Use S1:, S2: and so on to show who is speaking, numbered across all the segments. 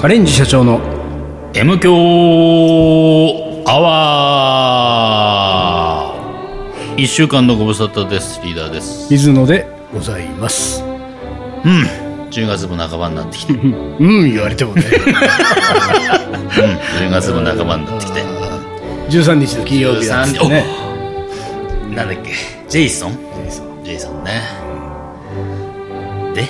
S1: カレンジ社長の
S2: M 強アワー一週間のご無沙汰ですリーダーです
S1: 水野で
S3: ございます
S2: うん10月も半ばになってきて、うん、
S3: うん言われても ね
S2: 10月も半ばになってきて
S1: 13日の金曜日なんですね
S2: なんだっけジェイソンジェイソンねで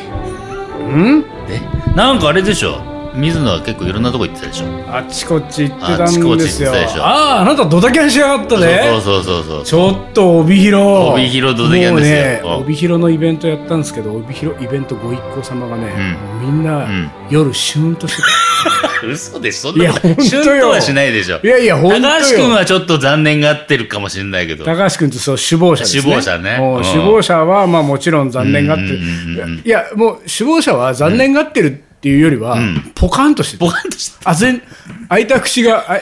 S1: うん
S2: でなんかあれでしょ水野は結構いろんなとこ行ってたでしょ
S1: あっちこっち行ってたんですよ
S2: あっちこっち行ってたでしょ
S1: あああなたドタキャンしやがったね
S2: そうそうそう
S1: ちょっと帯広
S2: 帯広ドタキャンですよ
S1: もうね
S2: うん
S1: 帯広のイベントやったんですけど帯広イベントご一行様がね、もうみんな、
S2: ん
S1: 夜シューンとして
S2: そう嘘でしょそんなこと
S1: いや本当よ
S2: シュンとはしないでしょ
S1: たいやいや本当
S2: 高橋君
S1: よ
S2: はちょっと残念がってるかもしれないけど
S1: 高橋君ってそう首謀者ですね
S2: 首謀者ね
S1: もう
S2: うん
S1: 首謀者はまあもちろん残念がってる
S2: うんうんうんうん
S1: いやいやもう首謀者は残念がってるっていうよりは、
S2: ん
S1: ポカンとしてた
S2: ボカンとし
S1: あぜん開いた口があい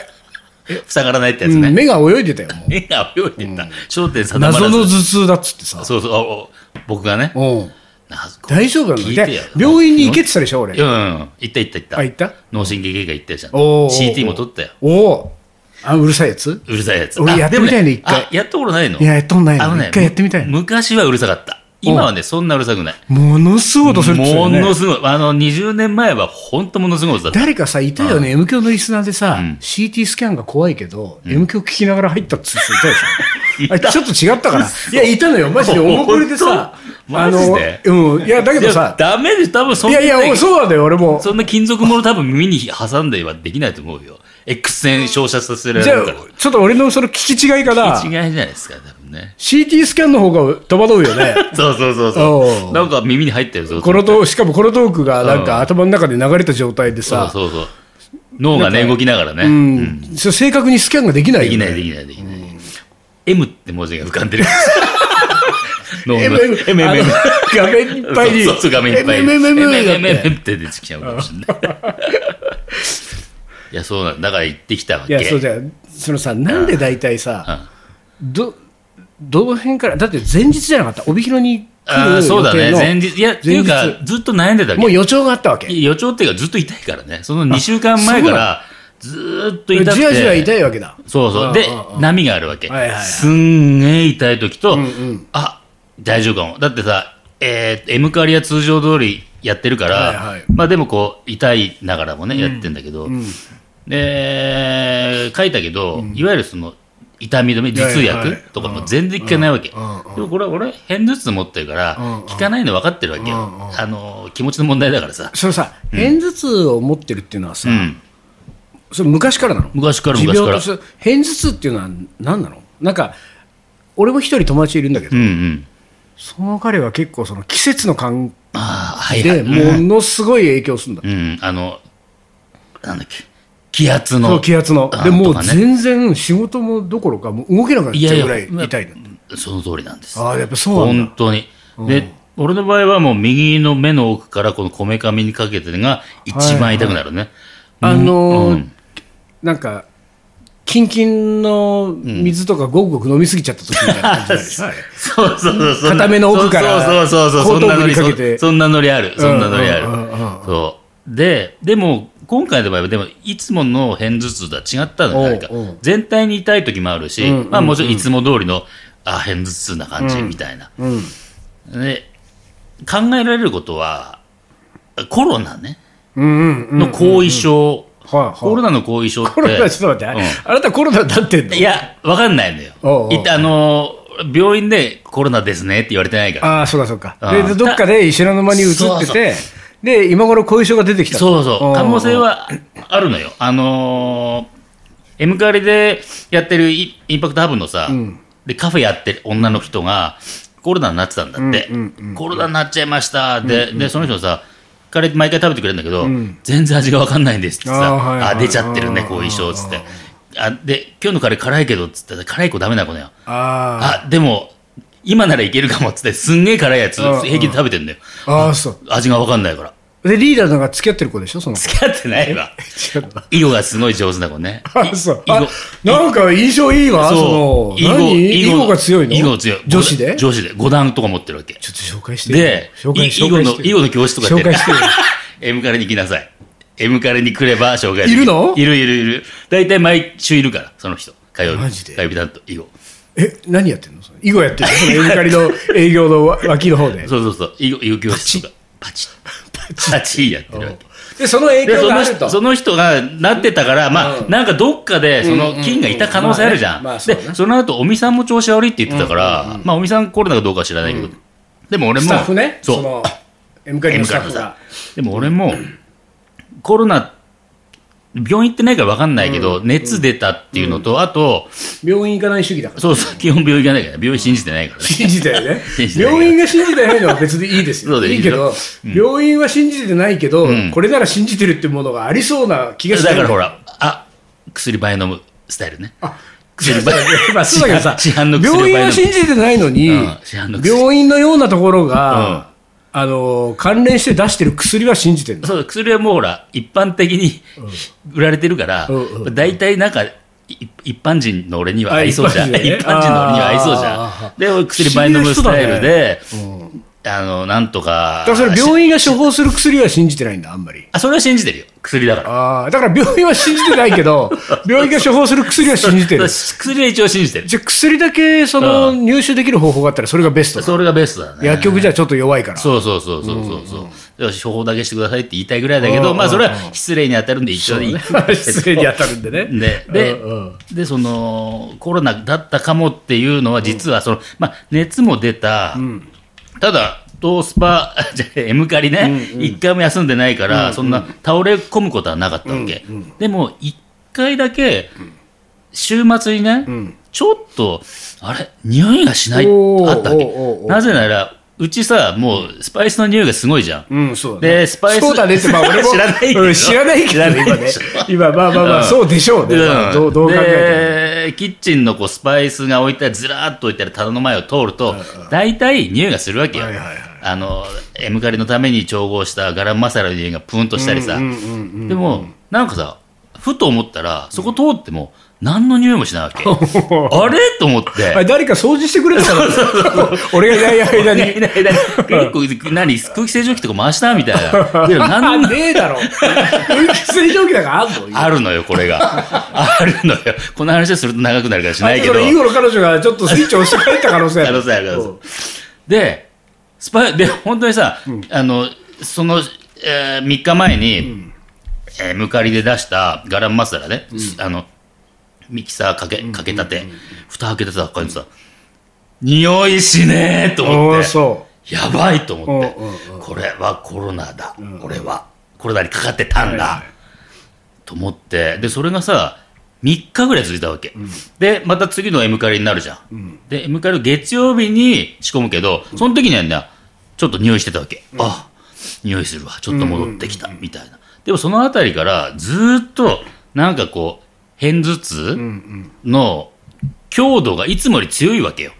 S2: て塞がらないってやつ
S1: う
S2: ね、
S1: ん目が泳いでたよも
S2: 目が泳いでた。焦点定
S1: う
S2: まらず
S1: 謎の頭痛だっつってさ
S2: そうそうあお、僕がね。
S1: うん
S2: 謎
S1: 大丈夫な
S2: 聞
S1: の
S2: い
S1: で
S2: てよ
S1: 病院に行けってたでしょ俺
S2: うんうん。行った行った行った。
S1: あ行った
S2: 脳神経外科行ったじゃん。
S1: おー
S2: CT も取ったよ。
S1: おおあうるさいやつ
S2: うるさいやつ。
S1: 俺
S2: あ
S1: やって
S2: でも
S1: みたいね一回
S2: あやったことないの
S1: いややっとんないの
S2: あのね
S1: 一回やってみたいの
S2: 昔はうるさかった。今はね、そんなうるさくない。
S1: ものすごい音するって言って
S2: も
S1: たよ
S2: の
S1: ね
S2: すごい。あの、20年前は本当ものすごい音だった。
S1: 誰かさいたよね M 響のリスナーでさ
S2: ん
S1: CT スキャンが怖いけど M 響聞きながら入ったっつって たでしょあれちょっと違ったからいやいたのよマジでおもこれでさ
S2: 本当マジで
S1: のうんいやだけど
S2: いや
S1: さ
S2: ダメで多分そ
S1: い
S2: んな
S1: やいやそうなんだよ俺も
S2: そんな金属物多分耳に挟んではできないと思うよ。X 線照射させら
S1: じ
S2: れ
S1: ゃあ
S2: るから。
S1: ちょっと俺のその聞き違いかな
S2: 違いじゃないですか、多分ね。
S1: CT スキャンの方が戸惑うよね
S2: そうそうそう
S1: お
S2: そうう。なんか耳に入ってるぞ。
S1: このトーしかもこのトークがなんか頭の中で流れた状態で
S2: そう
S1: さ、
S2: そうそう。脳がね、動きながらね。
S1: うん、そう正確にスキャンができない
S2: で
S1: よ
S2: き
S1: ね、
S2: ない、できない、できない。M って文字が浮かんでる。脳の
S1: MM、
S2: M、M、M。
S1: 画面いっぱいに。
S2: そうそう、画面いっぱいに。
S1: MM
S2: M、
S1: だ
S2: M、
S1: って
S2: M って出てきちゃうかもしれない。いや、そうなんだ。だから行ってきたわ
S1: い
S2: け。
S1: や、そうじゃんそのさ、なんで大体さ、ど、どの辺から、だって前日じゃなかった、帯広に
S2: あ
S1: 来
S2: あ、
S1: る
S2: そう
S1: 予
S2: だ
S1: 定
S2: ね。
S1: の
S2: 前日。いや、っていう
S1: 前
S2: か、ずっと悩んでたわけ
S1: もう予兆があったわけ。
S2: 予兆っていうか、ずっと痛いからね。その2週間前から、ずーっと痛くて。
S1: じわじわ痛いわけだ。
S2: そうそう。で、波があるわけ
S1: はいはいは。い
S2: すんげえ痛い時と、あ、大丈夫かも。だってさ、えー、M カリは通常通りやってるから、
S1: はいはい
S2: まあでもこう、痛いながらもね、やってんだけど、で、書いたけど、いわゆるその、痛み止め、頭痛
S1: はいはい
S2: 薬とかも全然効かないわけ。でもこれ、俺、偏頭痛持ってるから、効かないの分かってるわけよ。あの、気持ちの問題だからさ。
S1: そのさ、片頭痛を持ってるっていうのはさ
S2: う、ん。
S1: それ昔からなの
S2: 昔から昔から
S1: 持病として、片頭痛っていうのは何なのなんか、俺も一人友達いるんだけど
S2: うんう、ん。
S1: その彼は結構その季節の関
S2: ああ、はい
S1: 係
S2: は
S1: で
S2: い。
S1: ものすごい影響するんだ。
S2: うん、あの、なんだっけ、気圧の。
S1: そう気圧の
S2: あ。
S1: でも
S2: とか
S1: う
S2: ね
S1: 全然仕事もどころか、もう動けなくなっちゃうぐらい痛いの。
S2: その通りなんです。
S1: ああ、やっぱそうなんだ。
S2: 本当に。で、俺の場合はもう右の目の奥からこのこめかみにかけてが一番痛くなるね。
S1: あのー
S2: うん
S1: なんか、キンキンの水とかごくごく飲みすぎちゃった時みたいな感じじゃないですか。あれ
S2: そうそうそうそう。
S1: 片目の奥から
S2: そうそうそうそう。そんなノリ、
S1: 後頭
S2: そ
S1: 部にかけて
S2: そんなノリある。そんなノリある
S1: うんうんうんうん。
S2: そう。で、でも、今回の場合は、でも、いつもの片頭痛とは違ったのよ、なんか
S1: おうおう。
S2: 全体に痛い時もあるし、まあ、もちろんいつも通りの、あ、片頭痛な感じ、みたいな。
S1: うん。
S2: で、考えられることは、コロナね、
S1: うんうんうん。
S2: の後遺症。
S1: はいはい
S2: コロナの後遺症って。
S1: コロナ、ちょっと待って。あなたコロナだってんの
S2: い。や、わかんないのよ。
S1: おうおう
S2: いったあの、病院でコロナですねって言われてないから。
S1: ああ、そうかそうか。
S2: あ
S1: で
S2: ー
S1: で、どっかで知らぬ間に移
S2: そ
S1: っ
S2: う
S1: て
S2: そ
S1: て、で、今頃後遺症が出てきたと。
S2: そうそう。
S1: ん
S2: 可能性。はあるのよ。あのー、M カリでやってるイインパクトハブのさ、で、カフェやってる女の人が、コロナになってたんだって。コロナになっちゃいました。で、で、その人さ、カレー毎回食べてくれるんだけど、全然味がわかんないんですってさ、
S1: あ
S2: あ,、
S1: ーはいはい
S2: 出ちゃってるね、後遺症っつって。あで、今日のカレー辛いけどっつって、辛い子ダメな子だよ。
S1: あ
S2: あ、でも、今ならいけるかもっつって、すんげえ辛いやつ、
S1: うんうん
S2: 平気で食べてんだよ。
S1: あ、ああ、そ
S2: 味がわかんないから。
S1: う。で、リーダーのが付き合ってる子でしょ、その子。
S2: 付き合ってないわ。囲碁がすごい上手な子ね。
S1: あ、そう。あ
S2: 囲碁
S1: なんか印象いいわ、
S2: そ。
S1: そうの。何囲碁が強いの
S2: 囲碁強い。
S1: 女子でちょっ
S2: 女子で。5段とか持ってるわけ。
S1: と紹介してよ。
S2: で、
S1: 紹介
S2: い囲碁の、囲碁の教室とか
S1: 紹介してよ。
S2: M からに行きなさい。 M カレに来れば紹介でき
S1: いるの
S2: いるいるいる。大体毎週いるから、その人。火曜日。
S1: マジで
S2: 火曜日担当、以後。
S1: え、何やってんのそれ囲碁やってるのそのエビカリ の営業のわ脇の方で。
S2: そうそうそう。以後、有給室とか。パチッ。パチッやってるわけ。
S1: で、その影
S2: で
S1: 響
S2: そ
S1: があ
S2: の
S1: る
S2: 人
S1: と。
S2: その人がなってたから、まあ、なんかどっかでその菌がいた可能性あるじゃん。
S1: まあねまあそうね
S2: で、その後、尾身さんも調子悪いって言ってたから、まあ、尾身さんコロナかどうかは知らないけど、でも俺も、
S1: スタッフね。
S2: そう
S1: その、エムカリのスタッフが。
S2: でも俺も、コロナ、病院行ってないから分かんないけど、熱出たっていうのと、あと、
S1: 病院行かない主義だから。
S2: そうそう、基本病院行かないから、病院信じてないからね。
S1: 信じたよね
S2: 信じ。てない
S1: 病院が信じてないのは別でいいです
S2: そ
S1: よ。
S2: うだよ
S1: いいけど、病院は信じてないけど
S2: ん、
S1: これなら信じてるってものがありそうな気がする。
S2: だからほら、あ、薬倍飲むスタイルね。
S1: あ。
S2: 薬倍
S1: まあ、そうだけどさ
S2: 市販の薬を
S1: 病
S2: 買い
S1: 院
S2: な
S1: は信じてないのに、
S2: うん市販の薬
S1: 病院のようなところが、あの関連して出してる薬は信じてるんだ
S2: そう、薬はもうほら、一般的に売られてるから
S1: うんうんう、ん
S2: 大体なんか、い一般人の俺には合いそうじゃん。
S1: あ
S2: 一
S1: 一般人ね
S2: 般人の俺には合いそうじ
S1: あ
S2: ゃん。で、俺薬倍飲むスタイルで、あの、なんとか。
S1: からそれ病院が処方する薬は信じてないんだあんまり
S2: あ、それは信じてるよ。薬だから。
S1: ああだから病院は信じてないけ ど病院が処方する薬は信じてる
S2: 薬は一応信じてる。
S1: じゃあ薬だけその
S2: う
S1: 入手できる方法があったらそれがベストだ
S2: それがベストだね。
S1: 薬局じゃちょっと弱いから
S2: そうそうそうそうそうそう。だから処方だけしてくださいって言いたいぐらいだけど、まあそれは失礼に当たるんで一応いい。
S1: 失 礼に当たるんでね
S2: で、で、
S1: うんうん
S2: で、その、コロナだったかもっていうのは、実は、その、まあ、熱も出た、ただ、トー スパ、じゃあ、M カリね、一、回も休んでないから、そんな、倒れ込むことはなかったわけ。でも、一回だけ、週末にね、ちょっと、あれ、匂いがしない、
S1: おー
S2: あったわけ
S1: おーおーお。ー
S2: なぜなら、うちさ、もう、スパイスの匂いがすごいじゃん。
S1: うん、そうだね。
S2: でスパイス
S1: そうだねって、まあ俺も
S2: 知らないけど
S1: うん知らないけどね、
S2: 知ら
S1: 今
S2: ないで
S1: ね
S2: しょ。
S1: 今、まあまあまあ、
S2: うん
S1: そうでしょうね。まあどうどう考え
S2: でキッチンのこうスパイスが置いてあるずらーっと置いてある棚の前を通ると、大体匂いがするわけよ。
S1: はいはいはい
S2: あの、エムカリのために調合したガラムマサラの匂いがプンとしたりさ。
S1: ても。うんうんうん
S2: でも、なんかさ、ふと思ったら、そこ通っても、何の匂いもしな いわけ。あれと思っ
S1: あ
S2: て。
S1: 誰か掃除してくれたの俺がいない間
S2: いやい
S1: に。
S2: やいや結構何空気清浄機とか回したみたい な。でも
S1: あ、
S2: 何の
S1: ねえだろ。空気清浄機なんかあんの
S2: あるのよ、これが。あるのよ。この話をすると長くなるからしないけど。
S1: あじゃあそのいい頃彼女がちょっとスイッチ押して帰った可能性あ
S2: 可能
S1: る。
S2: 性ある可能性あるで、スパイ、で、本当にさ、あの、その、え3日前に、えームカリで出したガラムマサラね、あの、ミキサーかけ、かけたて、蓋開けてさ、こうやってさ、匂いしねえと
S1: お
S2: 思っ
S1: ー
S2: て、
S1: そ
S2: やばいと思って、
S1: うんうん
S2: これはコロナだ、俺は、コロナにかかってたんだ、
S1: はいはい
S2: と思って、で、それがさ、3日ぐらい続いたわけ。で、また次の M カレになるじゃん。で、M カレを月曜日に仕込むけど、その時にはね、ちょっと匂いしてたわけ。あ、匂いするわ、ちょっと戻ってきた、みたいな。でもそのあたりから、ずーっと、なんかこう、片頭痛の強度がいつもより強いわけよ。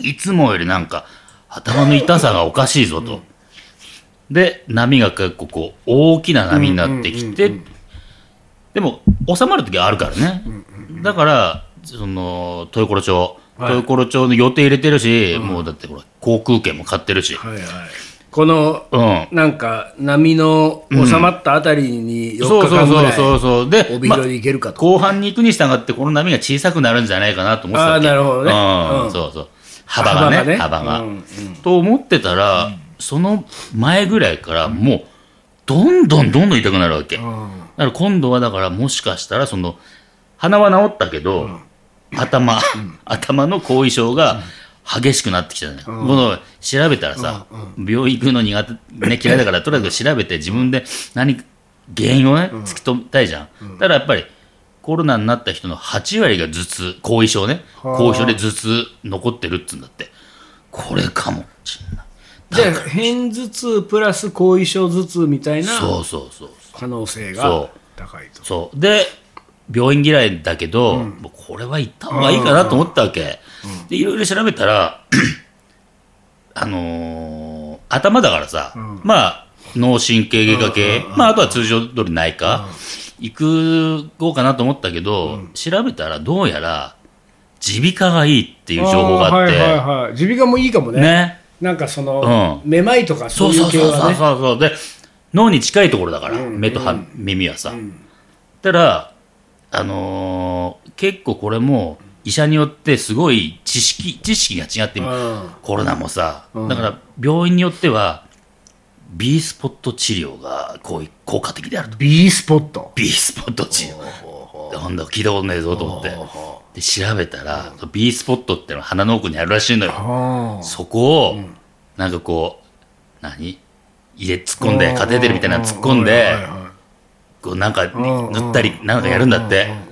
S2: いつもよりなんか、頭の痛さがおかしいぞと。で、波が結構こう、大きな波になってきて、でも、収まる時はあるからね。だから、その、豊頃町、
S1: はい
S2: 豊頃町の予定入れてるし、もうだってほら、航空券も買ってるし。
S1: う。はいはい。この、
S2: うん。
S1: なんか、波の収まったあたりに4
S2: そう
S1: 日
S2: そう
S1: 間ぐ
S2: そう
S1: らい、
S2: そうそう。で、
S1: 帯
S2: ま
S1: 広に行けるかと。
S2: 後半に行くに従って、この波が小さくなるんじゃないかなと思ってたわけ
S1: あーなるほどね
S2: うん
S1: うん
S2: そうそう。幅がね、幅が。
S1: うんうん
S2: と思ってたら、その前ぐらいから、もう、どんどんどんどん痛くなるわけ。
S1: うん
S2: だから今度はだからもしかしたらその鼻は治ったけど、頭、頭の後遺症が激しくなってきたのよ、この調べたらさ、病院行くの苦手、ね、嫌いだからとりあえず調べて自分で何か原因をね突き止めたいじゃん、だからやっぱりコロナになった人の8割が頭痛後遺症ね後遺症で頭痛残ってるっつうんだってこれかもしんない
S1: じゃあ、片頭痛プラス後遺症頭痛みたいな
S2: そうそうそう
S1: 可能性
S2: そ
S1: が
S2: う
S1: 高いと。
S2: そう。で、病院嫌いだけど、もうこれは行った方がいいかなと思ったわけ。で、いろいろ調べたら、あのー頭だからさ、まあ、脳神経外科系、まあ、あとは通常通り内科、行く、こうかなと思ったけど、調べたらどうやら、耳鼻科がいいっていう情報があって、
S1: ーはいはいはい。耳鼻科もいいかもね。
S2: ね。
S1: なんかその、
S2: う
S1: めまいとかそ
S2: そうう
S1: い
S2: そう
S1: う系
S2: そうそう
S1: は
S2: そう
S1: ね。
S2: そう。で、脳に近いところだから、目とは耳はさ、たら、あのー結構これも医者によってすごい知識知識が違って
S1: うん
S2: コロナもさ、だから病院によっては B スポット治療がこう効果的であると
S1: B スポット
S2: B スポット治療なんだ聞いたことねえぞと思ってで調べたら B スポットってのは鼻の奥にあるらしいのよ
S1: あ
S2: そこを、なんかこう、何入れ突っ込んで、カテーテルみたいなの突っ込んで、こうなんか
S1: ん
S2: 塗ったり、なんかやるんだって。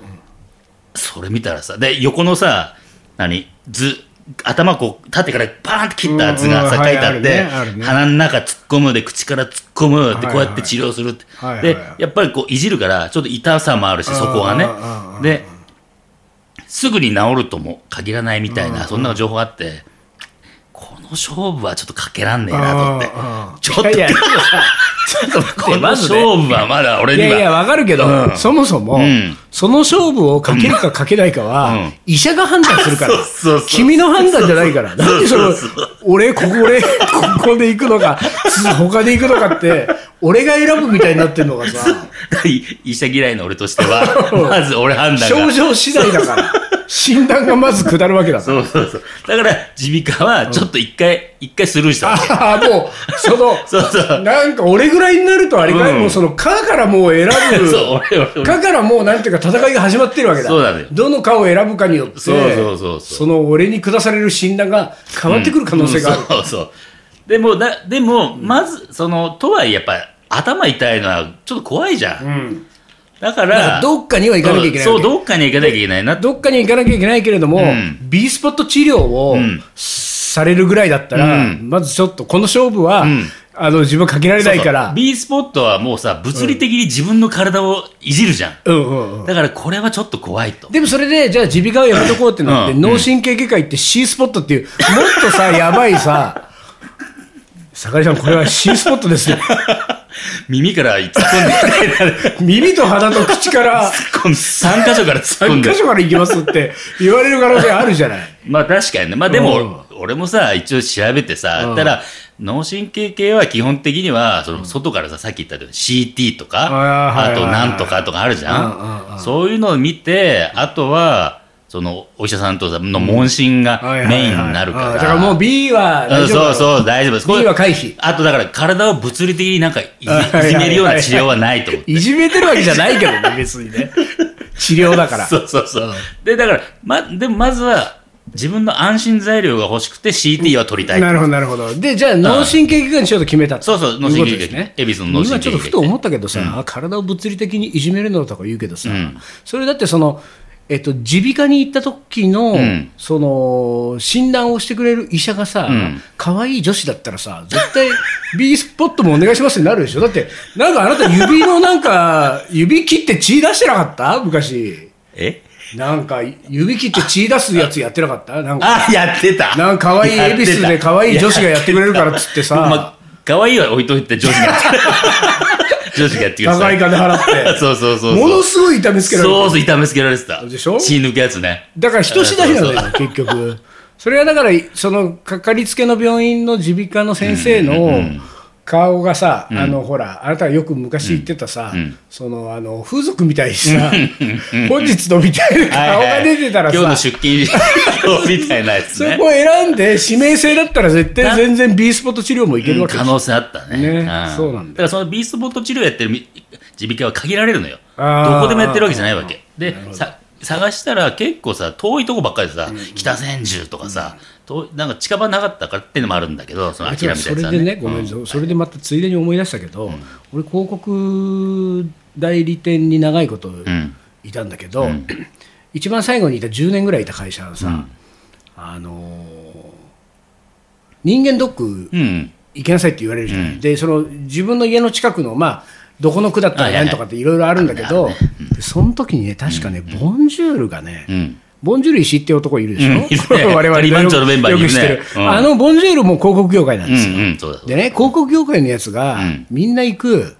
S2: それ見たらさ、で、横のさ、何図、頭こう、縦からパーンって切った図が
S1: うん
S2: さ、
S1: うん
S2: 書いてあっ
S1: はい
S2: て、
S1: あるねあるね
S2: 鼻の中突っ込むで、口から突っ込むで、こうやって治療するって
S1: はいは。い
S2: で
S1: はいはい、
S2: やっぱりこう、いじるから、ちょっと痛さもあるし、そこはね
S1: うんうんうんう。ん
S2: で、すぐに治るとも限らないみたいな、そんな情報があって、この勝負はちょっとかけらんねえなと思って。ちょっと、
S1: いやいや
S2: この
S1: まず
S2: 勝
S1: ね
S2: 負はまだ俺
S1: い
S2: には。
S1: やいや、わかるけど、
S2: うん
S1: そもそも、
S2: うん
S1: その勝負をかけるかかけないかは、
S2: うん
S1: 医者が判断するから。
S2: そうそうそう
S1: 君の判断じゃないから。なんでその
S2: そうそ、
S1: 俺、ここ、俺、ここで行くのか、つ他で行くのかって、俺が選ぶみたいになってるのがさ、
S2: い 医者嫌いの俺としては、まず俺判断
S1: 症
S2: が。
S1: 状次第だから、診断がまず下るわけだから。
S2: そうそうそう。だから、耳鼻科は、ちょっと一回、一回スルーしたわけ。
S1: ああ、もう、その、
S2: そうそう
S1: なんか俺ぐらいになるとあれかい、
S2: うん
S1: もうその、科からもう選ぶ。
S2: そう、俺、俺、俺。
S1: かからもうなんていうか戦いが始まってるわけだ。
S2: そうなのよ
S1: どの科を選ぶかによって、
S2: そうそうそうそう
S1: その俺に下される診断が変わってくる可能性がある。
S2: うんそうそう。でも、だでも、まず、その、とはいえ、やっぱ、頭痛いのは、ちょっと怖いじゃん。
S1: うん
S2: だか
S1: だから
S2: ら、
S1: どっかには行かなきゃいけない
S2: そう、
S1: わけ。
S2: どっかには行かなきゃいけないな。
S1: どっかには行かなきゃいけないけれども、
S2: う
S1: B スポット治療を
S2: ん
S1: されるぐらいだったら、
S2: うん
S1: まずちょっとこの勝負は、
S2: ん
S1: あの自分かけられないか
S2: そうそ
S1: ら
S2: う。B スポットはもうさ、物理的に自分の体をいじるじゃん。
S1: うんうんうん
S2: だから、これはちょっと怖いと。
S1: でもそれで、じゃあ耳鼻科をやめとこうってなって、
S2: うん
S1: 脳神経外科行って C スポットっていう、もっとさ、やばいさ、坂井さん、これは C スポット ですよ。
S2: 耳から突っ込んでみたいな。
S1: 耳と鼻と口から
S2: この3箇所から突っ込
S1: 3
S2: んで
S1: 箇。所から行きますって言われる可能性あるじゃない。
S2: まあ確かにね。まあでも、俺もさ、一応調べてさ、たら、脳神経系は基本的には、その外からさ、さっき言ったように CT と
S1: あー
S2: か、
S1: はい
S2: あ
S1: はい
S2: と
S1: はい
S2: なんとかとかあるじ
S1: うんうん
S2: ゃん。そういうのを見て、あとは、その、お医者さんとさ、の問診
S1: は
S2: が
S1: いはいはい
S2: メインになるから。
S1: あだからもう B は
S2: う
S1: 大
S2: ん
S1: 丈夫
S2: そ
S1: だ
S2: うそう、大丈夫です。これ
S1: B は回避
S2: あとだから、体を物理的になんかい じ
S1: はいはいはい
S2: いじめるような治療はないと思う。
S1: いじめてるわけじゃないけど ね、別にね。治療だから。
S2: そうそうそう。で、だから、ま、でもまずは、自分の安心材料が欲しくて CT は取りたいと。
S1: なるほど、なるほど。で、じゃあ、脳神経外科にしようと決めたと
S2: そうそう脳神経外科
S1: いうことですね
S2: 恵比寿の脳神経外科
S1: 今ちょっとふと思ったけどさ、あ体を物理的にいじめるのとか言うけどさ、
S2: うん
S1: それだってその、えっと、耳鼻科に行った時の、
S2: ん
S1: その、診断をしてくれる医者がさ
S2: ん、
S1: 可、愛、い女子だったらさ、絶対 B スポットもお願いしますってなるでしょだって、なんかあなた指のなんか、指切って血出してなかった昔。
S2: え
S1: なんか、指切って血出すやつやってなかったなんか。
S2: あ、やってた。
S1: なんか可愛い
S2: やってた
S1: 恵比寿で可愛い女子がやってくれるからっつってさ
S2: いやまあ、可愛いは置いといて女子がやって く女子がやってくだ
S1: 高
S2: さ
S1: い
S2: い。
S1: 金払って。
S2: そうそうそうそう
S1: ものすごい痛みつけられ
S2: そう
S1: る。
S2: そう、痛めつけられてた。
S1: でしょ
S2: 血抜くやつね。
S1: だから人次第なのよ
S2: そう、
S1: 結局。それはだから、その、かかりつけの病院の耳鼻科の先生
S2: うんうんう
S1: の
S2: ん
S1: 顔がさ、あの、ほら、あなたがよく昔言ってたさ
S2: うんうん、
S1: その、あの、風俗みたいにさ、本日のみたいな顔が出てたら
S2: はいはい今
S1: さ、
S2: 日の 出勤表みたいなやつ
S1: そ
S2: ね。
S1: こを選んで、指名制だったら絶対全然 B スポット治療もいけるわけで
S2: 可
S1: しょ
S2: 能性あったね。
S1: ねそうなんだよ
S2: からそのビーストボット治療やってるみ耳鼻科は限られるのよ。
S1: あー
S2: どこでもやってるわけじゃないわけ。で、さ探したら結構さ、遠いとこばっかりでさ、北千住とかさ、遠いなんか近場なかったからっていうのもあるんだけど、その諦めたやつ
S1: そ
S2: は
S1: れでね、ごめん、そそれでまたついでに思い出したけど、俺、広告代理店に長いこと
S2: ん
S1: いたんだけど、一番最後にいた10年ぐらいいた会社はさ、
S2: うん
S1: あのー人間ドック
S2: うん。
S1: 行きなさいって言われるじゃない、
S2: うん
S1: でその自分の家の近くの、まあ、どこの区だったら何とかっていろいろあるんだけど、でその時にね、確かね、ボンジュールがね、
S2: うん。
S1: ボンジュール石井っていう男いるでしょ、
S2: うんいるね
S1: 我々
S2: リバンチョのメンバーにい
S1: よ
S2: る
S1: く
S2: ね
S1: 知ってる、
S2: うん
S1: あのボンジュールも広告業界なん
S2: うん。
S1: ですよ、
S2: うん。そうだそうだ。
S1: でね、広告業界のやつが、
S2: うん
S1: みんな行く、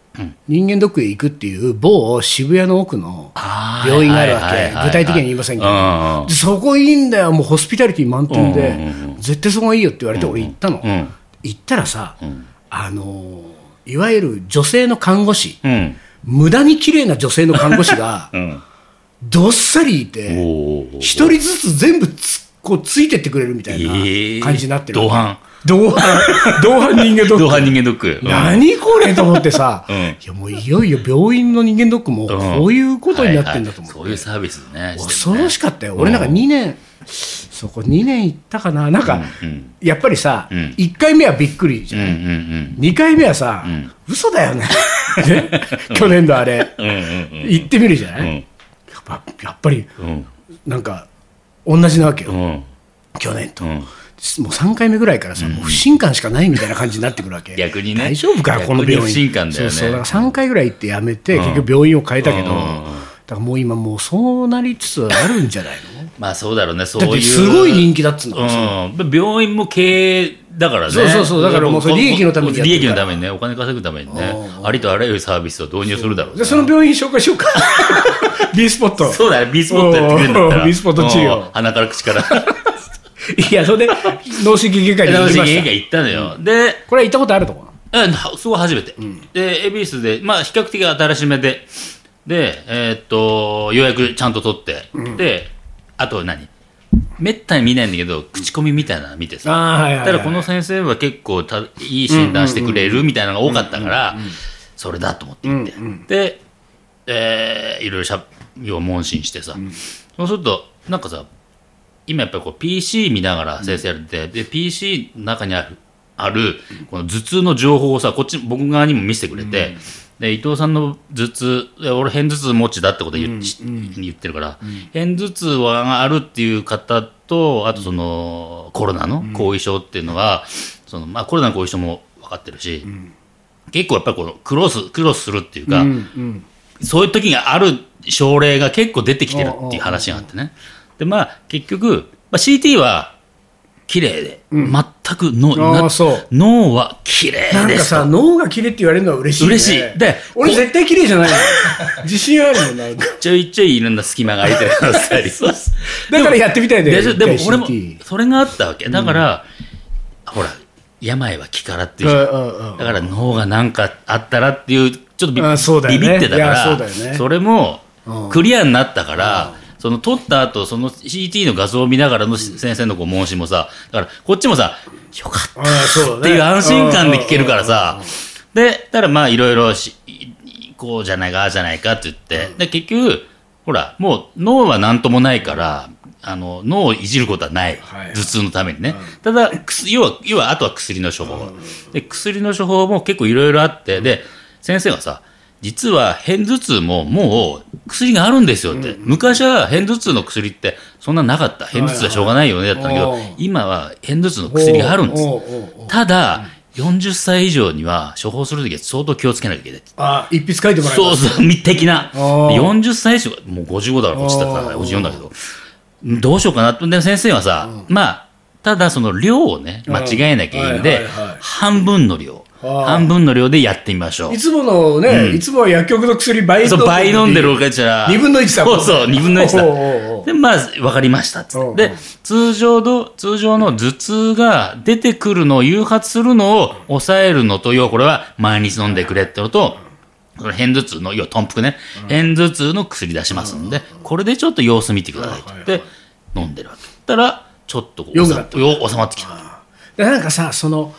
S1: 人間ドックへ行くっていう某渋谷の奥の
S2: あー
S1: 病院があるわけ、
S2: はいはいはいはい
S1: 具体的には言いませんけど、
S2: うんうん
S1: でそこいいんだよ、もうホスピタリティ満点で、
S2: うんうん
S1: 絶対そこがいいよって言われて、俺行ったの、
S2: うん
S1: 行ったらさ、
S2: ん
S1: あのーいわゆる女性の看護師、
S2: うん。
S1: 無駄に綺麗な女性の看護師が
S2: うん。
S1: どっさりいて、
S2: おー
S1: 一人ずつ全部つこうついてってくれるみたいな
S2: ええ
S1: 感じになってる、
S2: 同伴
S1: 同伴同伴人間ドック
S2: 同伴人間ドック。うん
S1: 何これと思ってさ、
S2: うん
S1: いやもういよいよ病院の人間ドックも
S2: ん
S1: こういうことになってんだと思って、
S2: はいはいそういうサービスね。
S1: 恐ろしかったよ、俺なんか
S2: うん
S1: 2年そこ2年行ったかななんか、
S2: うんうん
S1: やっぱりさ、
S2: うん
S1: 一1回目はびっくりじ
S2: うん
S1: ゃ、
S2: うんん
S1: 二2回目はさ、
S2: ん
S1: 嘘だよねね去年のあれ、
S2: うん。うんうんうん。
S1: 行ってみるじゃない、
S2: う
S1: やっ
S2: ん
S1: ぱやっぱり
S2: うん
S1: なんか同じなわけよ、
S2: うん
S1: 去年と、
S2: う
S1: も
S2: ん
S1: う3回目ぐらいからさ、もう不信感しかないみたいな感じになってくるわけ
S2: 逆にね
S1: 大丈夫か
S2: 逆に
S1: この病院
S2: 不信感だよね
S1: そうそうだから3回ぐらい行ってやめて、結局病院を変えたけど、
S2: うん
S1: だからもう今もうそうなりつつあるんじゃない の
S2: まあそうだろうね、そう
S1: だっ
S2: い
S1: て
S2: う。
S1: すごい人気だっつうの、
S2: うん、病院も経営だからね、
S1: そうそうそうだからもうそれ利益のためにやって
S2: 利
S1: る
S2: 益
S1: から
S2: のためにね、お金稼ぐためにね、ありとあらゆるサービスを導入するだろう
S1: じゃあその病院紹介しようか B スポット
S2: そうだね、ビースポットやってくれるんだった
S1: お
S2: ら、
S1: ービースポット治療
S2: うん鼻から口 から、
S1: いやそれで脳神経外科に行
S2: 私、
S1: きま
S2: 家
S1: し
S2: が
S1: た
S2: 行ったのよ、で、
S1: これは行ったことあるとこ
S2: えすごい初めて、で、恵比寿で、まあ、比較的新しめで、で、えーっと、予約ちゃんと取って、で、あと何、めったに見ないんだけど、口コミみたいなの見てさ。
S1: ああはいはい、
S2: ただこの先生は結構たいい診断してくれるみたいなのが多かったからそれだと思って行って、で、えーいろいろしゃ要は問診してさ、そうするとなんかさ今やっぱりこう PC 見ながら先生やるって、で PC の中にあるあるこの頭痛の情報をさこっち僕側にも見せてくれて、で伊藤さんの頭痛で俺片頭痛持ちだってことを言,、言ってるから片頭痛はあるっていう方とあとそのコロナの後遺症っていうのは、そのまあ、コロナの後遺症も分かってるし、結構やっぱりこのクロスクロスするっていうか、そういう時がある症例が結構出てきてるっていう話があってね。で、まあ、結局、まあ、CT は綺麗で、全く脳、
S1: あー
S2: な
S1: そう
S2: 脳は綺
S1: な
S2: 麗
S1: ん
S2: で
S1: か
S2: す
S1: さ
S2: と。
S1: 脳が綺麗って言われるのは嬉しい、ね、
S2: 嬉しいで
S1: 俺絶対綺麗じゃないの自信あるもんなんか
S2: ちょいちょいいろんな隙間が空いてるか らさそう
S1: だからやってみたいんだよ
S2: でしょでも俺も
S1: CT
S2: それがあったわけだから、ほら病は気からっていうじゃん
S1: うんうんうん
S2: だから脳が何かあったらっていうちょっとビ,、
S1: あそうだよね
S2: ビビってたか
S1: いやそう
S2: ら
S1: だよね
S2: れも
S1: うん
S2: クリアになったから、その撮った後その CT の画像を見ながらの先生のこう問診もさだからこっちもさよかった
S1: あそうだね
S2: っていう安心感で聞けるからさ、で、ただまあいろいろし、いこうじゃないか、ああじゃないかって言って、で、結局、ほら、もう脳は何ともないから、あの、脳をいじることはない。
S1: はい
S2: 頭痛のためにね。ただ、薬要は、要はあとは薬の処方。で、薬の処方も結構いろいろあって、で、先生がさ、実は片頭痛ももう薬があるんですよって。昔は片頭痛の薬ってそんななかった。片頭痛はしょうがないよねだったんだけど、
S1: はいはい
S2: 今は片頭痛の薬があるんです。
S1: おうおうおうおう
S2: ただ、40歳以上には処方するときは相当気をつけなきゃいけない。
S1: あ一筆書いてもらえ
S2: そう
S1: ます
S2: そう、密的な。
S1: あー
S2: 40歳以上、もう55だから、落ちた
S1: あ
S2: から、
S1: ー
S2: 54だけど、どうしようかなと。で、先生はさ、まあ、ただその量をね、間違えなきゃいけないん
S1: は
S2: で
S1: いはいはい、
S2: 半分の量。
S1: あー
S2: 半分の量でやってみましょう
S1: い。つものね、いつもは薬局の薬倍飲んで
S2: そう、
S1: る
S2: 倍飲んでるおかげら。
S1: 二分の一だもん
S2: そうそう、二分の一だ
S1: おうおうお。う
S2: で、まあ、わかりましたっつ
S1: おうお
S2: っ
S1: う
S2: て。で、通常の、通常の頭痛が出てくるのを誘発するのを抑えるのと、要はこれは毎日飲んでくれってのと、その片頭痛の、要は豚腹ね、片頭痛の薬出しますんで、これでちょっと様子見てくださいって言って、飲んでるわけ。たら、ちょっとこう、
S1: よ
S2: 収
S1: く
S2: ま
S1: な
S2: っ
S1: った
S2: 収まってきた。
S1: でなんかさその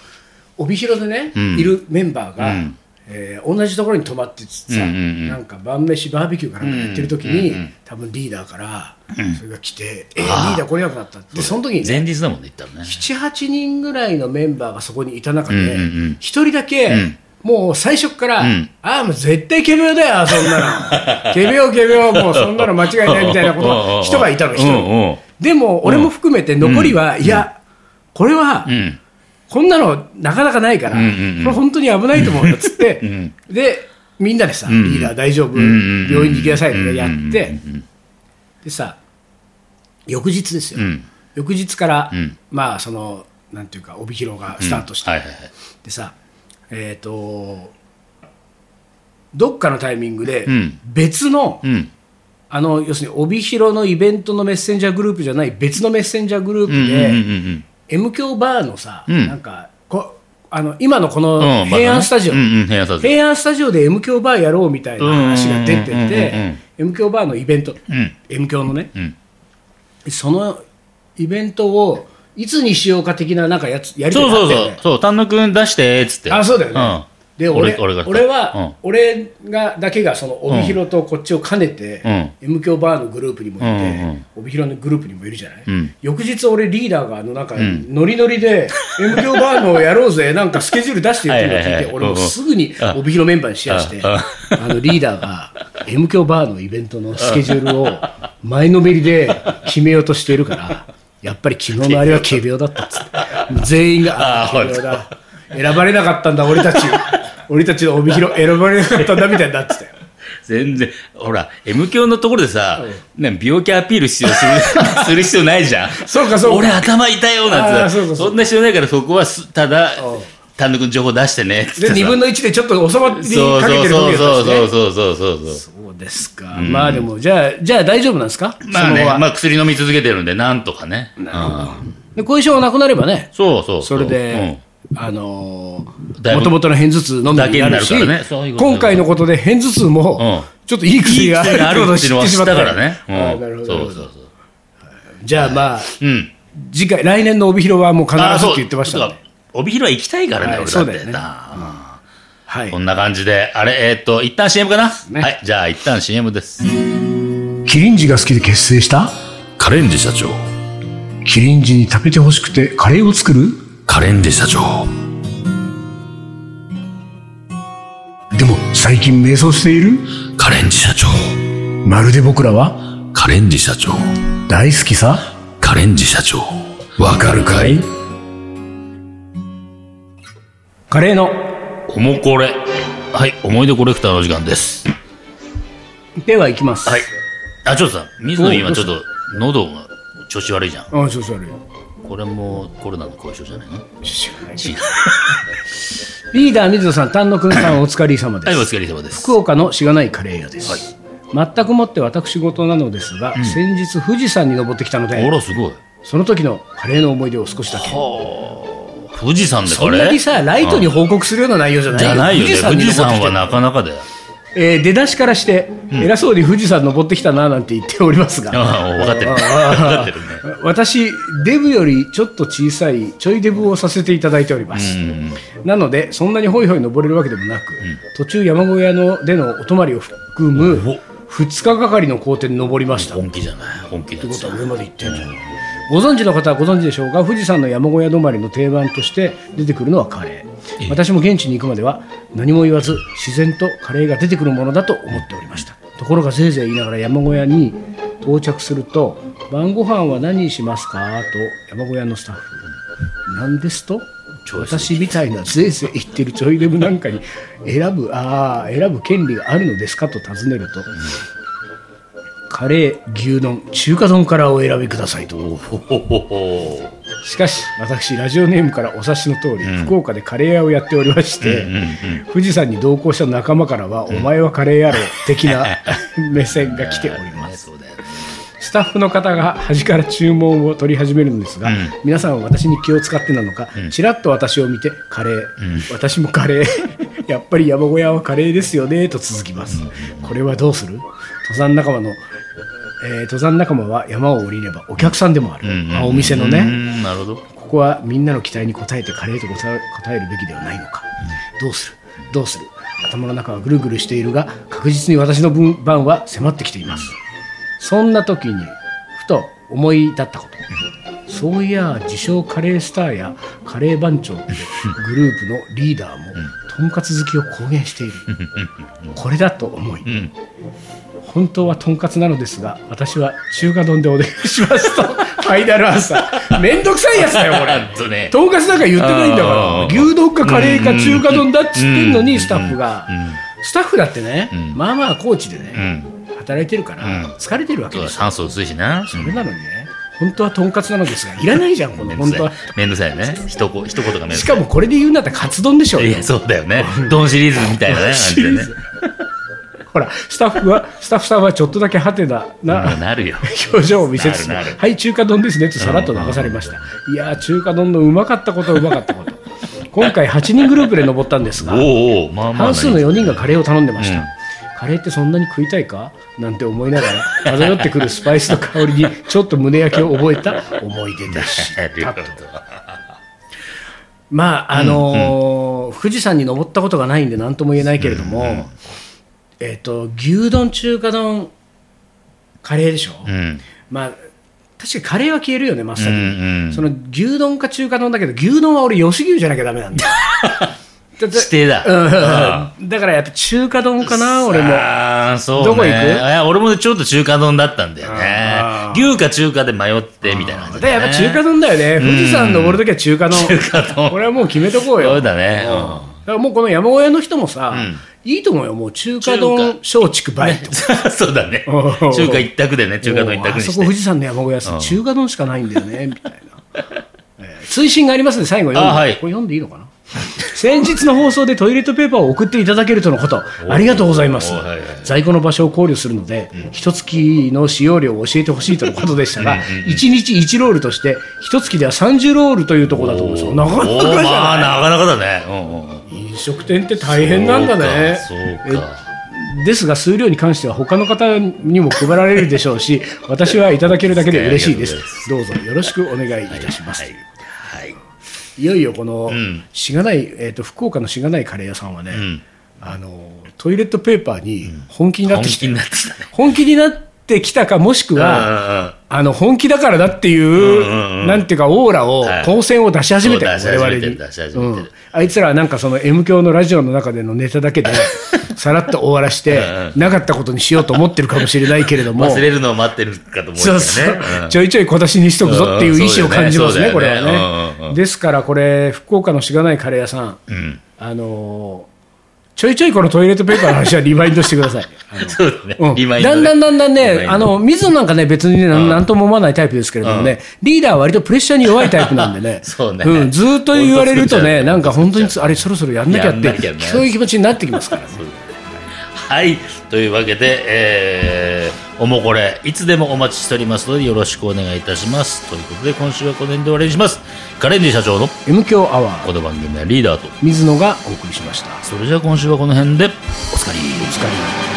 S1: 帯広でね、
S2: ん
S1: いるメンバーが、
S2: うん
S1: えー同じところに泊まっててさ、
S2: うんうんうん
S1: なんか晩飯バーベキューかなんかやってる時に、
S2: うんうんうん
S1: 多分リーダーから、それが来て「えー、リ
S2: あー
S1: ーダー来れなくなった」ってその時にね
S2: 前日だもんね、言ったらね。
S1: 78人ぐらいのメンバーがそこにいた中で、
S2: うんうんうん
S1: 一人だけ、
S2: うん
S1: もう最初っから、
S2: うん
S1: ああ、もう絶対仮病だよ、そんな の。仮病、仮病、もうそんなの間違いないみたいなことが人がいたの、一
S2: うんうんうん
S1: 人。でも、俺も含めて残りは、いや、これは
S2: う、ん。
S1: こんなのなかなかないから、
S2: うんうんうん
S1: これ本当に危ないと思うよっつ って、
S2: ん
S1: で、みんなでさ、
S2: ん
S1: リーダー大丈夫、
S2: んうん
S1: 病院に行きなさいとかや
S2: うんう
S1: っ
S2: んう
S1: て、でさ、翌日ですよ、
S2: うん
S1: 翌日から、
S2: うん
S1: まあ、その、なんていうか、帯広がスタートして、
S2: はいはいはい。
S1: でさ、えっ、と、どっかのタイミングで
S2: うん、
S1: 別の、
S2: うん。
S1: あの、要するに帯広のイベントのメッセンジャーグループじゃない、別のメッセンジャーグループ
S2: うんうん
S1: で、
S2: うんうん。
S1: M 強バーのさ、
S2: うん
S1: なんかこあの、今のこ
S2: うん
S1: の
S2: まだね
S1: 平安スタジオ
S2: う、んうん、平安スタジオ。
S1: 平安スタジオで M 響バーやろうみたいな話が出て
S2: うんうんうんうん
S1: て、M 響バーのイベント、
S2: うん。
S1: M 響のね、
S2: うん
S1: そのイベントをいつにしようか的ななんかやつやりと
S2: そ
S1: りが
S2: う
S1: あ
S2: そ
S1: ったよ
S2: うそう
S1: ね。
S2: そう、丹野くん出して、っつって。
S1: あそうだよね
S2: うん。
S1: で俺
S2: 俺
S1: 俺
S2: が
S1: は、俺がだけがその帯広とこっちを兼ねて、M 響バーのグループにもいて、
S2: うんうん
S1: 帯広のグループにもいるじゃない、
S2: うん
S1: 翌日俺リーダーがあのなんか
S2: ん
S1: ノリノリで M 響バーのやろうぜなんかスケジュール出してるっていうのを
S2: はい
S1: 聞い
S2: はいは
S1: て
S2: い
S1: 俺も
S2: うんうん
S1: すぐに
S2: あ
S1: 帯広メンバーにシェアして
S2: あ
S1: あのリーダー が M 響バーのイベントのスケジュールを前のめりで決めようとしているからやっぱり昨日のあれは軽病だったっつって全員があ
S2: あ
S1: 軽病だ選ばれなかったんだ俺たち俺たちの帯広選ばれなかったんだみたいになってたよ
S2: 全然、ほら、M 教のところでさ、ね、病気アピール必要するする必要ないじゃん。
S1: そうかそうか
S2: 俺頭痛いよな
S1: あ
S2: ん
S1: ー
S2: て
S1: そうそう
S2: さ
S1: そう
S2: そんな必要ないから、そこはすただ
S1: うん、
S2: 丹野くん情報出してね、つって
S1: で
S2: さ。
S1: 2分の1でちょっと収まりかけてる時
S2: そうそうそう
S1: だったし
S2: そう
S1: ね
S2: そうそうそうそうそう。
S1: そうですか、まあでもじゃあじゃあ大丈夫なんですか
S2: まあ
S1: そ
S2: ね、
S1: の後は
S2: まあ薬飲み続けてるんで、なんとかね。うん
S1: で後遺症がなくなればね
S2: そうそう
S1: そうれで、あの
S2: だい
S1: も
S2: ぶ
S1: ともとの片頭痛飲んで
S2: だけになるからね
S1: やるし
S2: そういうこと
S1: 今回のことで片頭痛も、
S2: うん
S1: ちょっといい薬があ
S2: いい薬があ
S1: るこ
S2: る
S1: とを
S2: って
S1: 知
S2: いうの
S1: っ
S2: は
S1: て
S2: 知
S1: しま
S2: っ
S1: った
S2: た
S1: か
S2: かららね。うん
S1: ああなるほど
S2: そうそうそう。
S1: じゃあまあ、
S2: うん。
S1: 次回来年の帯広はもう必ず
S2: ああ、
S1: って
S2: そう。
S1: 言ってました
S2: だか
S1: ね
S2: ら帯広は行きたいからね、
S1: はい
S2: 俺
S1: そう
S2: だっ
S1: だよ
S2: て
S1: ね
S2: な。
S1: はい
S2: こんな感じで、あれ、えーっと、一旦 CM かな
S1: ね
S2: はい、じゃあ一旦 CM です。
S1: キリンジが好きで結成した
S4: カレンジ社長
S1: キリンジに食べてほしくてカレーを作る
S4: カレンジ社長
S1: でも最近迷走している
S4: カレンジ社長
S1: まるで僕らは
S4: カレンジ社長
S1: 大好きさ
S4: カレンジ社長わかるかい
S1: カレーの
S2: おもこれ。はい、思い出コレクターの時間です。
S1: ではいきます
S2: はい。あ、ちょっとさ、水野
S1: お
S2: 今
S1: ど
S2: ち
S1: う
S2: ょ
S1: し
S2: っと喉が調子悪いじゃん。
S1: あ調子悪い
S2: これもコロナの後遺症じゃないの
S1: 知らないリーダー水野さん丹野くんさんお疲れ様です
S2: はい、お疲れ様です。
S1: 福岡のしがないカレー屋です、全くもって私事なのですが、先日富士山に登ってきたの
S2: あ
S1: で
S2: ら、すごい。
S1: その時のカレーの思い出を少しだけ
S2: はあ。富士山で
S1: そ
S2: こ
S1: んな
S2: れ
S1: にさライトに報告するような内容じゃない
S2: じゃないよね。富士
S1: 登って
S2: 山
S1: きて
S2: はなかなかだよ。
S1: えー出だしからして、偉そうに富士山登ってきたななんて言っておりますが
S2: ああ、分かってる。分かってるね。
S1: 私デブよりちょっと小さいちょいデブをさせていただいております、
S2: うん
S1: なのでそんなにホイホイ登れるわけでもなく、途中山小屋のでのお泊まりを含む
S2: お
S1: 2日がかりの行程に登りました
S2: 本気じゃない。本気だ
S1: ってことは上まで行ってんじゃんご存知の方はご存知でしょうが富士山の山小屋泊まりの定番として出てくるのはカレー私も現地に行くまでは何も言わず自然とカレーが出てくるものだと思っておりましたところがぜいぜい言いながら山小屋に到着すると晩ご飯は何にしますかと山小屋のスタッフ何ですと私みたいなぜいぜい言ってるちょいデブなんかに選ぶああ選ぶ権利があるのですかと尋ねると、カレー牛丼中華丼からお選びくださいと
S2: ほほほほ。
S1: しかし私ラジオネームからお察しの通り、福岡でカレー屋をやっておりまして、富士山に同行した仲間からは、お前はカレー野郎的な目線が来ております
S2: そうだよ。
S1: スタッフの方が端から注文を取り始めるのですが、皆さんは私に気を使ってなのか、ちらっと私を見てカレー、私もカレー やっぱり山小屋はカレーですよねと続きます、これはどうする登山仲間の、えー登山仲間は山を降りればお客さんでもある、あお店のね、
S2: うんなるほど。
S1: ここはみんなの期待に応えてカレーと答え答えるべきではないのか、どうするどうする頭の中はぐるぐるしているが確実に私の分番は迫ってきていますそんな時にふと思い立ったこと、そういや自称カレースターやカレー番長ってグループのリーダーもとんかつ好きを公言しているこれだと思い、
S2: ん
S1: 本当はとんかつなのですが私は中華丼でお願いしますとファイナルアンサーめんどくさいやつだよこ れ
S2: あとね。
S1: とんかつなんか言ってないんだから
S2: あー
S1: 牛丼かカレーか中華丼だっつってんの
S2: う
S1: に
S2: ん
S1: スタッフが
S2: うん
S1: スタッフだってね
S2: ん
S1: まあまあコーチで
S2: う
S1: ね
S2: ん。
S1: 働いてるか
S2: うん
S1: ら疲れてるわけ
S2: そ
S1: で
S2: うだ
S1: すよ
S2: 酸素薄いしな。
S1: それなのにね本当はとんかつなのですがいらないじゃんこ
S2: め
S1: の
S2: んど
S1: 本
S2: くさ
S1: 当は。
S2: いめんどくさいよね。ひとこ一言がめんどくさい。
S1: しかもこれで言うんだったらカツ丼でしょ
S2: いや、そうだよね。ドンシリーズみたいなね、感じでね。
S1: ほらスタッフはスタッフさんはちょっとだけハテナな
S2: うんなるよ。
S1: 表情を見せつつ、
S2: なるなる
S1: はい、中華丼ですねとさらっと流されました。いやー、中華丼のうまかったことはうまかったこと。今回8人グループで登ったんですが
S2: おうおうまあまあな
S1: 半数の4人がカレーを頼んでました、
S2: うん
S1: カレーってそんなに食いたいかなんて思いながら漂ってくるスパイスの香りにちょっと胸焼けを覚え た思い出でし
S2: なる
S1: た
S2: ほ
S1: と
S2: ど
S1: まああのー富士山に登ったことがないんで何とも言えないけれども、えっ、と牛丼中華丼カレーでしょ、
S2: うん
S1: まあ確かにカレーは消えるよね真っ
S2: う
S1: 先に、
S2: んうん
S1: その牛丼か中華丼だけど牛丼は俺吉牛じゃなきゃダメなんだ だって
S2: 指定だ
S1: うんだからやっぱ中華丼かな俺も
S2: ああ、そう、ね。
S1: どこ行く
S2: いや俺もねちょっと中華丼だったんだよ
S1: あ
S2: ね。牛か中華で迷って、みたいな感じ
S1: で
S2: だ、ね。
S1: やっぱ中華丼だよね富士山登るときは中華丼
S2: 中華丼
S1: これはもう決めとこうよ
S2: そうだね
S1: ん
S2: うん
S1: だからもうこの山小屋の人もさ、
S2: うん
S1: いいと思うよもう中華
S2: 中
S1: 丼
S2: 華
S1: 松竹梅って
S2: そうだね。
S1: うん
S2: 中華一択でね、中華丼一択
S1: あ
S2: に
S1: そ
S2: し
S1: こ富
S2: て。
S1: 士山の山小屋さ
S2: うん
S1: 中華丼しかないんだよ ねみたいな、えー追伸がありますので最後読んで、
S2: あはい
S1: これ読んでいいのかな先日の放送でトイレットペーパーを送っていただけるとのことありがとうございます
S2: おーはいはい
S1: 在庫の場所を考慮するので一月の使用量を教えてほしいとのことでしたが1日1ロールとして一月では30ロールというところだと思うんですよなかな
S2: お
S1: かじ
S2: ーま
S1: ゃ
S2: あ、
S1: ない
S2: なかなかだね。うんうんうん
S1: 飲食店って大変なんだね
S2: そうか。そうか
S1: えですが数量に関しては他の方にも配られるでしょう し私はいただけるだけで嬉しいですどうぞよろしくお願いいたします、い
S2: はい。
S1: よいよこの、
S2: ん
S1: しがない、えー、と福岡のしがないカレー屋さんはね、
S2: ん
S1: あのトイレットペーパーに本気になっ
S2: 本
S1: てき
S2: 気
S1: て、
S2: になってきたね。
S1: 本気になってきたかもしくは、
S2: あ
S1: あの本気だからだっていう、
S2: んうんうん
S1: なんていうか、オーラを、
S2: はい
S1: 光線を出し始めたよ、
S2: そ
S1: 我
S2: う出し
S1: 々
S2: 始めて
S1: に
S2: る出し始めてる
S1: うんあいつらはなんかその M 教のラジオの中でのネタだけで、さらっと終わらして
S2: うん、
S1: なかったことにしようと思ってるかもしれないけれども、
S2: 忘れるのを待ってるかと思うけど
S1: そう
S2: ね。
S1: そう、
S2: うん
S1: ちょいちょい小出しにしとくぞっていう意思を感じますね、
S2: うん
S1: こ
S2: そう
S1: れ
S2: だよね
S1: は
S2: そうだよねうんうん
S1: ね。
S2: うん
S1: ですから、これ、福岡のしがないカレー屋さん、
S2: うん
S1: あのーちょいちょいこのトイレットペーパーの話はリバインドしてください。あの
S2: そうだね。
S1: うん
S2: リマインド
S1: だんだんだんだん
S2: リマイ
S1: ね、
S2: ンド、
S1: あの、水野なんかね、別にね、なんなんとも思わないタイプですけれどもね、リーダーは割とプレッシャーに弱いタイプなんでね
S2: そうね
S1: ん、ずーっと言われるとね、
S2: 本当作っちゃう
S1: なんか本当につ、あれ、そろそろやんなきゃっ
S2: やんな
S1: て
S2: きゃ、ね
S1: そういう気持ちになってきますからね。
S2: はい。というわけで、えー、おもこれ、いつでもお待ちしておりますので、よろしくお願いいたします。ということで、今週はこの辺で終わりにします。カレンディ社長の
S1: M 強アワー、
S2: この番組はリーダーと。
S1: 水野がお送りしました。
S2: それじゃあ今週はこの辺で、お疲れ。
S1: お疲れ。